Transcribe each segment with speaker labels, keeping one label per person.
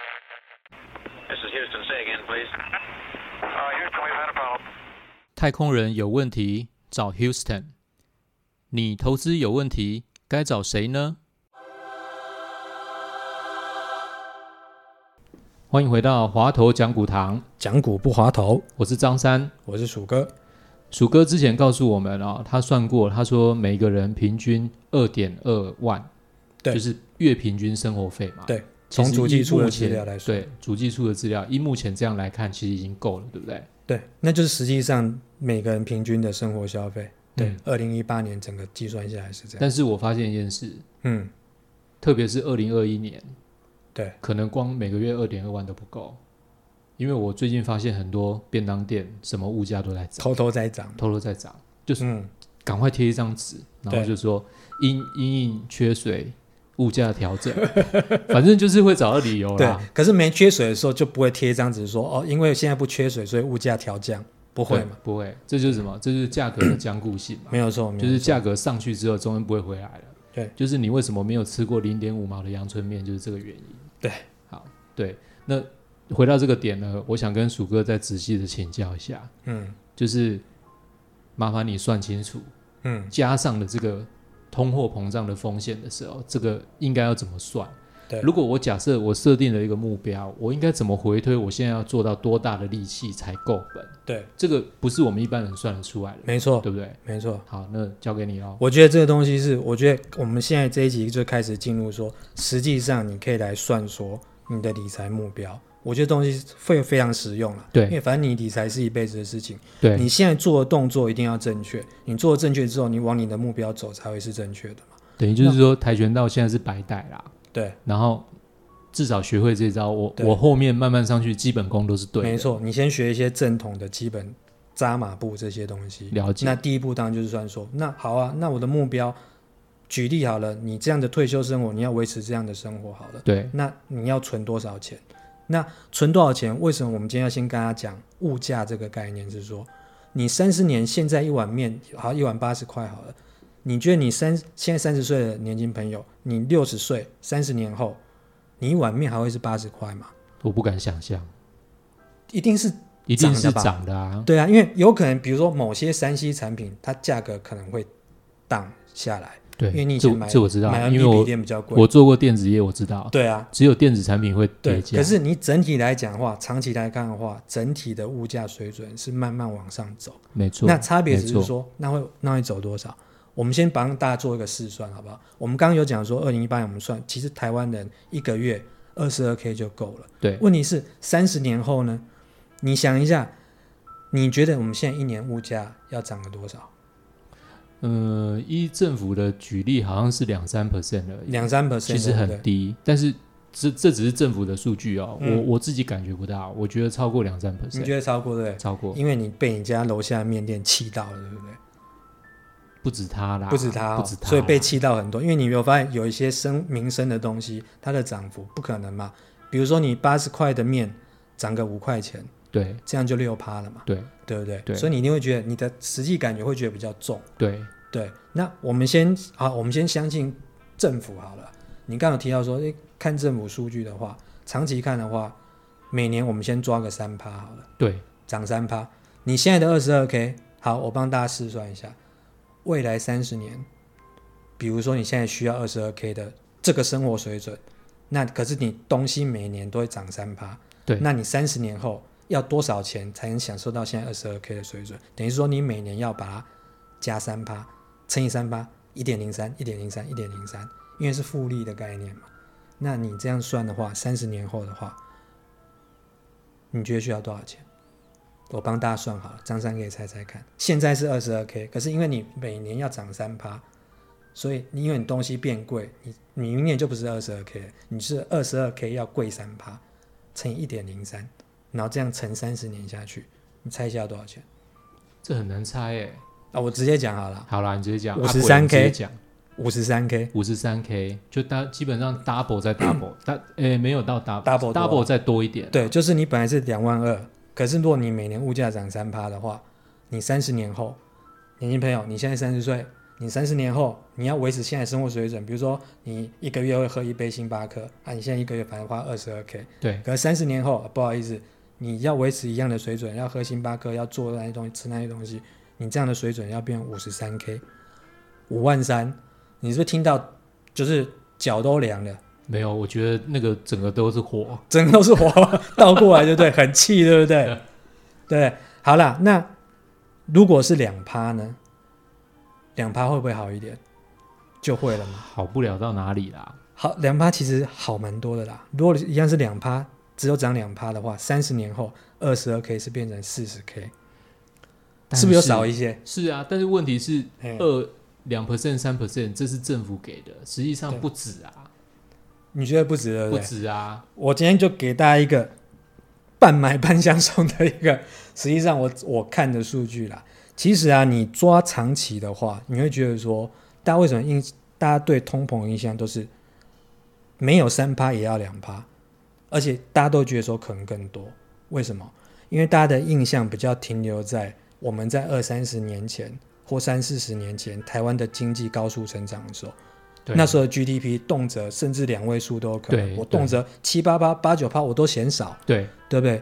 Speaker 1: This is Houston. Say again, please.
Speaker 2: Uh, Houston, we've had a problem.
Speaker 3: 太空人有问题找 Houston，你投资有问题该找谁呢？欢迎回到华头讲股堂，
Speaker 4: 讲股不滑头，
Speaker 3: 我是张三。
Speaker 4: 我是鼠哥。
Speaker 3: 鼠哥之前告诉我们啊、他算过，他说每个人平均二点二万，
Speaker 4: 对
Speaker 3: 就是月平均生活费嘛。
Speaker 4: 对，
Speaker 3: 其实
Speaker 4: 从主计处
Speaker 3: 以
Speaker 4: 的
Speaker 3: 目
Speaker 4: 资料
Speaker 3: 前
Speaker 4: 来说
Speaker 3: 对，主计处的资料，依目前这样来看，其实已经够了，对不对？
Speaker 4: 对，那就是实际上每个人平均的生活消费。对
Speaker 3: 嗯，
Speaker 4: 二零一八年整个计算下来是这样。
Speaker 3: 但是我发现一件事，
Speaker 4: 嗯，
Speaker 3: 特别是二零二一年，
Speaker 4: 对，
Speaker 3: 可能光每个月二点二万都不够，因为我最近发现很多便当店什么物价都在涨，
Speaker 4: 偷偷在涨。
Speaker 3: 偷偷在涨，就是
Speaker 4: 嗯，
Speaker 3: 赶快贴一张纸，然后
Speaker 4: 对
Speaker 3: 就说因因应缺水物价调 整，反正就是会找到理由
Speaker 4: 对
Speaker 3: 啦。。
Speaker 4: 可是没缺水的时候就不会贴一张纸说哦，因为现在不缺水，所以物价调降，不
Speaker 3: 不
Speaker 4: 会嘛？
Speaker 3: 不会，这就是什么？这就是价格的僵固性嘛
Speaker 4: 没。有错，没
Speaker 3: 就
Speaker 4: 有
Speaker 3: 是
Speaker 4: 错。
Speaker 3: 价格上去之后，终于不会回来了。
Speaker 4: 对，
Speaker 3: 就是你为什么没有吃过零点五毛的阳春面，就是这个原因。
Speaker 4: 对，
Speaker 3: 好，对，那回到这个点呢，我想跟鼠哥再仔细的请教一下，
Speaker 4: 嗯
Speaker 3: 就是麻烦你算清楚，
Speaker 4: 嗯，
Speaker 3: 加上了这个通货膨胀的风险的时候，这个应该要怎么算？
Speaker 4: 对
Speaker 3: 如果我假设我设定了一个目标，我应该怎么回推？我现在要做到多大的力气才够本？
Speaker 4: 对，
Speaker 3: 这个不是我们一般人算得出来的，
Speaker 4: 没错，
Speaker 3: 对不对？
Speaker 4: 没错。
Speaker 3: 好，那交给你喽。
Speaker 4: 我觉得这个东西是，我觉得我们现在这一集就开始进入说，实际上你可以来算说你的理财目标。我觉得东西会非常实用了，
Speaker 3: 对
Speaker 4: 因为反正你理财是一辈子的事情，
Speaker 3: 对，
Speaker 4: 你现在做的动作一定要正确，你做的正确之后，你往你的目标走才会是正确的嘛。
Speaker 3: 等于就是说，跆拳道现在是白带啦，
Speaker 4: 对，
Speaker 3: 然后至少学会这招，我
Speaker 4: 对
Speaker 3: 我后面慢慢上去，基本功都是对的。
Speaker 4: 没，错，你先学一些正统的基本扎马步这些东西，
Speaker 3: 了解
Speaker 4: 那第一步当然就是算说，那好啊，那我的目标，举例好了，你这样的退休生活，你要维持这样的生活好了。
Speaker 3: 对
Speaker 4: 那你要存多少钱？那存多少钱？为什么我们今天要先跟他讲物价这个概念？是说，你三十年现在一碗面，好一碗八十块好了，你觉得你三现在三十岁的年轻朋友，你六十岁，三十年后，你一碗面还会是八十块吗？
Speaker 3: 我不敢想象，
Speaker 4: 一定是
Speaker 3: 一定是
Speaker 4: 涨的吧
Speaker 3: 涨的啊。
Speaker 4: 对啊，因为有可能，比如说某些三 C 产品，它价格可能会荡下来，
Speaker 3: 对，
Speaker 4: 因为你以
Speaker 3: 这
Speaker 4: 前
Speaker 3: 我
Speaker 4: 买
Speaker 3: 这我知道啊
Speaker 4: 买，完
Speaker 3: 因为
Speaker 4: 比比
Speaker 3: 我
Speaker 4: 店比较贵，
Speaker 3: 我做过电子业，我知道，
Speaker 4: 对啊，
Speaker 3: 只有电子产品会
Speaker 4: 对，
Speaker 3: 跌价。
Speaker 4: 可是你整体来讲的话，长期来看的话，整体的物价水准是慢慢往上走。
Speaker 3: 没错，
Speaker 4: 那差别只
Speaker 3: 没
Speaker 4: 是
Speaker 3: 错
Speaker 4: 说，那会那会走多少？我们先帮大家做一个试算，好不好？我们刚刚有讲说，二零一八年我们算，其实台湾人一个月二十二 k 就够了。
Speaker 3: 对
Speaker 4: 问题是三十年后呢？你想一下，你觉得我们现在一年物价要涨了多少？
Speaker 3: 嗯，依政府的举例好像是两三 percent 而已，
Speaker 4: 两三 percent，
Speaker 3: 其实很低，但是这这只是政府的数据哦，我
Speaker 4: 嗯
Speaker 3: 我自己感觉不到，我觉得超过两三
Speaker 4: 你
Speaker 3: percent，
Speaker 4: 觉得超过对不
Speaker 3: 超过
Speaker 4: 对？因为你被你家楼下面店气到了，对不对？
Speaker 3: 不止他啦，
Speaker 4: 不止它、哦，
Speaker 3: 不止他啦，
Speaker 4: 所以被气到很多。因为你有没有发现有一些生民生的东西，它的涨幅不可能嘛。比如说你八十块的面涨个五块钱，
Speaker 3: 对
Speaker 4: 这样就六趴了嘛，
Speaker 3: 对
Speaker 4: 对不对？
Speaker 3: 对
Speaker 4: 所以你一定会觉得你的实际感觉会觉得比较重。
Speaker 3: 对
Speaker 4: 对，那我们先啊，我们先相信政府好了。你刚刚有提到说，诶，看政府数据的话，长期看的话，每年我们先抓个三趴好了。
Speaker 3: 对，
Speaker 4: 涨三趴。你现在的二十二 k，好，我帮大家试算一下，未来三十年，比如说你现在需要二十二 k 的这个生活水准，那可是你东西每年都会涨三趴，
Speaker 3: 对
Speaker 4: 那你三十年后要多少钱才能享受到现在二十二 k 的水准？等于说你每年要把它加三趴，乘以三趴，一点零三，一点零三，一点零三，因为是复利的概念嘛。那你这样算的话，三十年后的话，你觉得需要多少钱？我帮大家算好了，张三可以猜猜看。现在是二十二 k，可是因为你每年要涨三趴，所以你因为你东西变贵，你你明年就不是二十二 k，了你是二十二 k 要贵三趴，乘以一点零三，然后这样乘三十年下去，你猜一下要多少钱？
Speaker 3: 这很难猜诶。
Speaker 4: 啊，我直接讲好了，
Speaker 3: 好啦，你直接讲，
Speaker 4: 53K
Speaker 3: 阿鬼你直接讲
Speaker 4: 五十三 k，
Speaker 3: 五十三 K，就大基本上 double 再 double，但诶没有到 double
Speaker 4: Double 多啊
Speaker 3: double 再多一点，
Speaker 4: 对，就是你本来是两万二，可是如果你每年物价涨三趴的话，你三十年后，年轻朋友，你现在三十岁，你三十年后你要维持现在生活水准，比如说你一个月会喝一杯星巴克，啊，你现在一个月反正花二十二 k，
Speaker 3: 对
Speaker 4: 可是三十年后、不好意思，你要维持一样的水准，要喝星巴克，要做那些东西，吃那些东西，你这样的水准要变五十三 k，五万三，你是不是听到就是脚都凉了？
Speaker 3: 没有，我觉得那个整个都是火。
Speaker 4: 整个都是我倒过来，对 不对？很气，对不对？对，好啦，那如果是两趴呢？两趴会不会好一点？就会了嘛。
Speaker 3: 好不了到哪里啦。
Speaker 4: 好，两趴其实好蛮多的啦。如果一样是两趴，只有涨两趴的话，三十年后二十二 k 是变成四十 k，
Speaker 3: 但
Speaker 4: 是不是又少一些？
Speaker 3: 是啊，但是问题是
Speaker 4: 嘿
Speaker 3: 二两 percent 三 percent，这是政府给的，实际上
Speaker 4: 对
Speaker 3: 不止啊，
Speaker 4: 你觉得不值，对不
Speaker 3: 不
Speaker 4: 对？
Speaker 3: 止啊。
Speaker 4: 我今天就给大家一个半买半相送的一个，实际上我我看的数据啦。其实啊，你抓长期的话，你会觉得说，大家为什么印大家对通膨印象都是没有三趴也要两趴，而且大家都觉得说可能更多。为什么？因为大家的印象比较停留在我们在二三十年前或三四十年前台湾的经济高速成长的时候。
Speaker 3: 对
Speaker 4: 那时候的 GDP 动辄甚至两位数都有可能，
Speaker 3: 对
Speaker 4: 我动辄七八八八九趴我都嫌少，
Speaker 3: 对
Speaker 4: 对不对？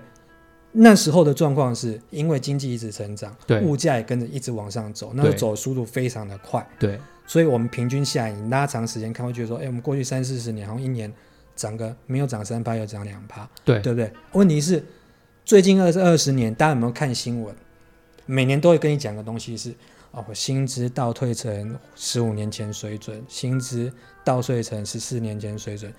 Speaker 4: 那时候的状况是因为经济一直成长，
Speaker 3: 对
Speaker 4: 物价也跟着一直往上走，那时候
Speaker 3: 对
Speaker 4: 走的速度非常的快，
Speaker 3: 对
Speaker 4: 所以我们平均下来，你拉长时间看，会觉得说，哎，我们过去三四十年，好像一年涨个没有涨三趴，有涨两趴，
Speaker 3: 对
Speaker 4: 对不对？问题是最近二二十年，大家有没有看新闻？每年都会跟你讲个东西是哦，我薪资倒退成十五年前水准，薪资倒退成十四年前水准。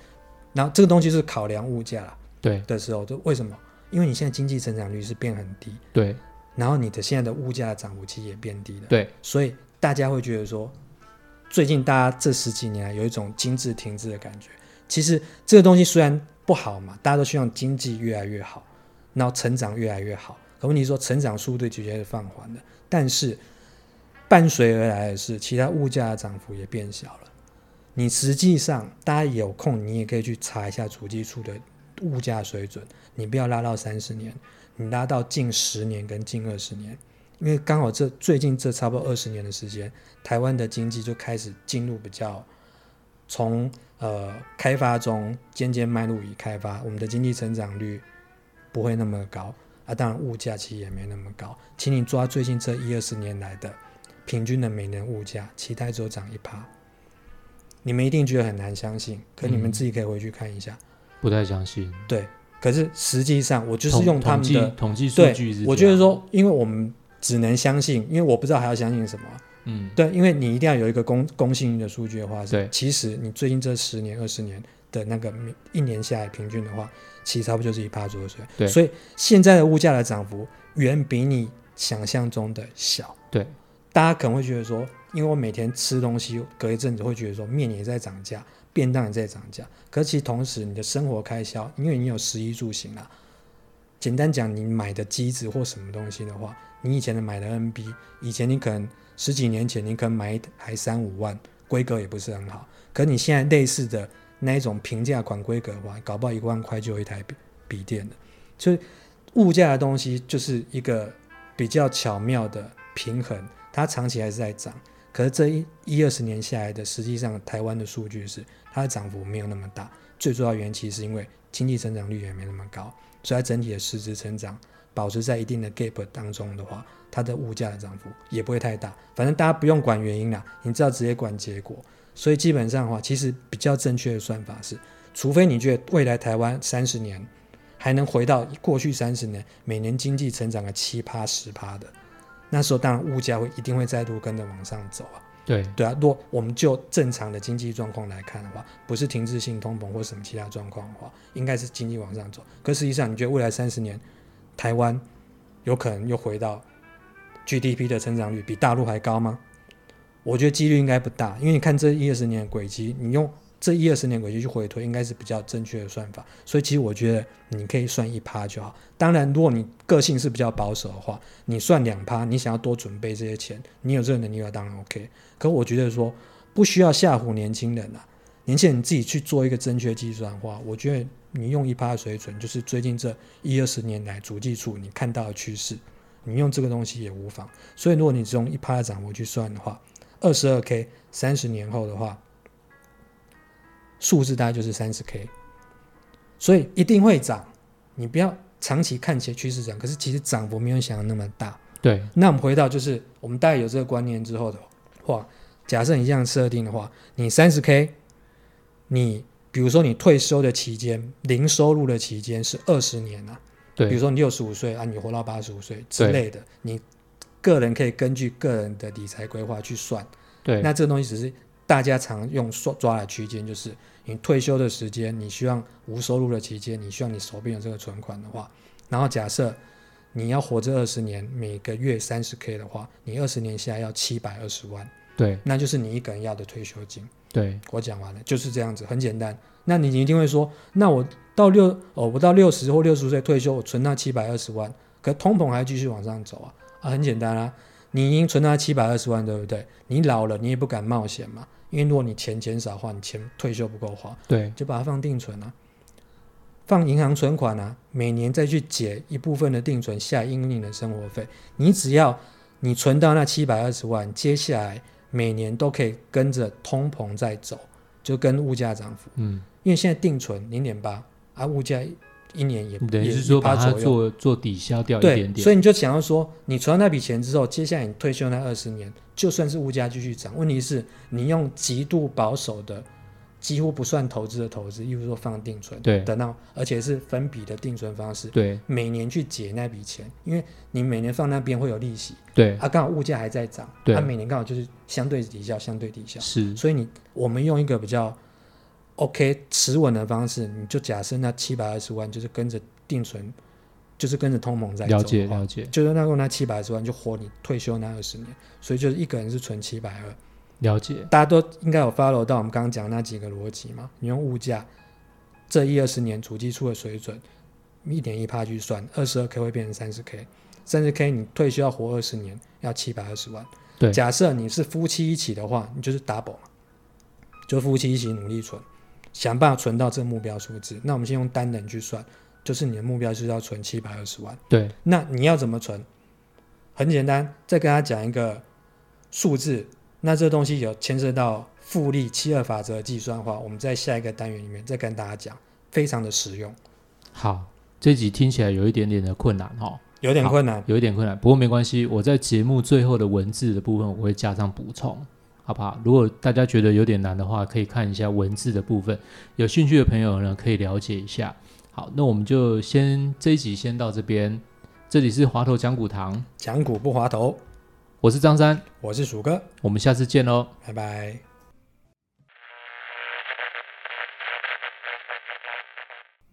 Speaker 4: 然后这个东西是考量物价啦
Speaker 3: 对
Speaker 4: 的时候，就为什么？因为你现在经济成长率是变很低，
Speaker 3: 对
Speaker 4: 然后你的现在的物价涨幅期也变低了，
Speaker 3: 对
Speaker 4: 所以大家会觉得说，最近大家这十几年来有一种经济停滞的感觉。其实这个东西虽然不好嘛，大家都希望经济越来越好，然后成长越来越好。可问题是说，成长速度的确是放缓的，但是伴随而来的是，其他物价的涨幅也变小了。你实际上，大家有空你也可以去查一下主计处的物价水准，你不要拉到三十年，你拉到近十年跟近二十年。因为刚好这最近这差不多二十年的时间，台湾的经济就开始进入比较从呃开发中渐渐迈入已开发，我们的经济成长率不会那么高啊，当然物价其实也没那么高，请你抓最近这一二十年来的平均的每年物价，期待只有涨一趴。你们一定觉得很难相信，可你们
Speaker 3: 嗯
Speaker 4: 自己可以回去看一下。
Speaker 3: 不太相信。
Speaker 4: 对，可是实际上我就是
Speaker 3: 统
Speaker 4: 用他
Speaker 3: 统
Speaker 4: 们
Speaker 3: 计
Speaker 4: 的
Speaker 3: 统计数
Speaker 4: 对
Speaker 3: 据是，这
Speaker 4: 我觉得
Speaker 3: 样，
Speaker 4: 说，因为我们只能相信，因为我不知道还要相信什么。
Speaker 3: 嗯，
Speaker 4: 对，因为你一定要有一个公公信力的数据的话，
Speaker 3: 对
Speaker 4: 是其实你最近这十年、二十年的那个每一年下来平均的话，其实差不多就是一趴左右水。
Speaker 3: 对
Speaker 4: 所以现在的物价的涨幅远比你想象中的小。
Speaker 3: 对，
Speaker 4: 大家可能会觉得说，因为我每天吃东西，隔一阵子会觉得说面也在涨价，便当也在涨价。可其实同时，你的生活开销，因为你有食衣住行啦、啊简单讲，你买的机子或什么东西的话，你以前的买的 NB，以前你可能十几年前你可能买一台三五万，规格也不是很好。可你现在类似的那一种平价款规格的话，搞不好一万块就有一台笔笔电了。所以物价的东西就是一个比较巧妙的平衡，它长期还是在涨。可是这一一二十年下来的，实际上台湾的数据是它的涨幅没有那么大，最主要原因其实是因为经济增长率也没那么高，所以它整体的实质成长保持在一定的 gap 当中的话，它的物价的涨幅也不会太大。反正大家不用管原因啦，你只要直接管结果。所以基本上的话，其实比较正确的算法是，除非你觉得未来台湾三十年还能回到过去三十年每年经济成长个七趴十趴的，那时候当然物价会一定会再度跟着往上走啊。
Speaker 3: 对
Speaker 4: 对啊，若我们就正常的经济状况来看的话，不是停滞性通膨或什么其他状况的话，应该是经济往上走。可实际上，你觉得未来三十年，台湾有可能又回到 GDP 的成长率比大陆还高吗？我觉得几率应该不大，因为你看这一二十年的轨迹，你用这一二十年轨迹去回推，应该是比较正确的算法。所以其实我觉得你可以算一趴就好。当然，如果你个性是比较保守的话，你算两趴，你想要多准备这些钱，你有这个能力的话，当然 OK。可我觉得说不需要吓唬年轻人啊，年轻人你自己去做一个正确计算的话，我觉得你用一趴的水准，就是最近这一二十年来主计处你看到的趋势，你用这个东西也无妨。所以如果你只用一趴的涨幅去算的话，二十二 K，三十年后的话，数字大概就是三十 K，所以一定会涨。你不要长期看起来趋势涨，可是其实涨幅没有想的那么大。
Speaker 3: 对，
Speaker 4: 那我们回到就是我们大概有这个观念之后的话，假设你这样设定的话，你三十 K，你比如说你退休的期间，零收入的期间是二十年啊，比如
Speaker 3: 对，
Speaker 4: 说你六十五岁啊，你活到八十五岁之
Speaker 3: 对
Speaker 4: 类的，你个人可以根据个人的理财规划去算。
Speaker 3: 对，
Speaker 4: 那这个东西只是大家常用抓抓来区间，就是你退休的时间，你希望无收入的期间，你希望你手边有这个存款的话，然后假设你要活这二十年，每个月三十 K 的话，你二十年下来要七百二十万，
Speaker 3: 对，
Speaker 4: 那就是你一个人要的退休金。
Speaker 3: 对，
Speaker 4: 我讲完了，就是这样子，很简单。那你一定会说，那我到六哦，我到六十或六十岁退休，我存到七百二十万，可通膨还继续往上走啊啊，很简单啊，你已经存到七百二十万，对不对？你老了，你也不敢冒险嘛，因为如果你钱减少的话，你钱退休不够花，
Speaker 3: 对，
Speaker 4: 就把它放定存啊，放银行存款啊，每年再去解一部分的定存下应你的生活费。你只要你存到那七百二十万，接下来每年都可以跟着通膨在走，就跟物价涨幅。
Speaker 3: 嗯，
Speaker 4: 因为现在定存零点八啊，物价一年也
Speaker 3: 你等于
Speaker 4: 也
Speaker 3: 是说把
Speaker 4: 1%
Speaker 3: 它
Speaker 4: 左右啊
Speaker 3: 做做抵消掉一
Speaker 4: 对，
Speaker 3: 点点，
Speaker 4: 所以你就想要说，你存到那笔钱之后，接下来你退休那二十年，就算是物价继续涨，问题是你用极度保守的，几乎不算投资的投资，例如说放定存，
Speaker 3: 对
Speaker 4: 等到而且是分笔的定存方式，
Speaker 3: 对，
Speaker 4: 每年去解那笔钱，因为你每年放那边会有利息，
Speaker 3: 对，
Speaker 4: 啊，刚好物价还在涨，
Speaker 3: 对
Speaker 4: 啊，每年刚好就是相对抵消，相对抵消，
Speaker 3: 是，
Speaker 4: 所以你我们用一个比较 OK 持稳的方式，你就假设那七百二十万就是跟着定存，就是跟着通膨在走
Speaker 3: 了
Speaker 4: 的
Speaker 3: 解，
Speaker 4: 话
Speaker 3: 了解，
Speaker 4: 就是那用那七百二十万就活你退休那二十年，所以就是一个人是存七百二，
Speaker 3: 了解，
Speaker 4: 大家都应该有 follow 到我们刚刚讲的那几个逻辑嘛？你用物价这一二十年主基出的水准一点一趴去算，二十二 k 会变成三十 k，三十 k 你退休要活二十年要七百二十万，
Speaker 3: 对
Speaker 4: 假设你是夫妻一起的话，你就是 double 嘛，就夫妻一起努力存，想办法存到这个目标数字。那我们先用单人去算，就是你的目标就是要存七百二十万。
Speaker 3: 对，
Speaker 4: 那你要怎么存？很简单，再跟他讲一个数字。那这东西有牵涉到复利七二法则的计算的话，我们在下一个单元里面再跟大家讲，非常的实用，
Speaker 3: 好，这集听起来有一点点的困难哈、
Speaker 4: 有点
Speaker 3: 好
Speaker 4: 困难。
Speaker 3: 有一点困难，不过没关系，我在节目最后的文字的部分我会加上补充，好不好？如果大家觉得有点难的话，可以看一下文字的部分，有兴趣的朋友呢可以了解一下。好，那我们就先这一集先到这边，这里是滑头讲股堂，
Speaker 4: 讲股不滑头，
Speaker 3: 我是张三，
Speaker 4: 我是鼠哥，
Speaker 3: 我们下次见喽。
Speaker 4: 拜拜。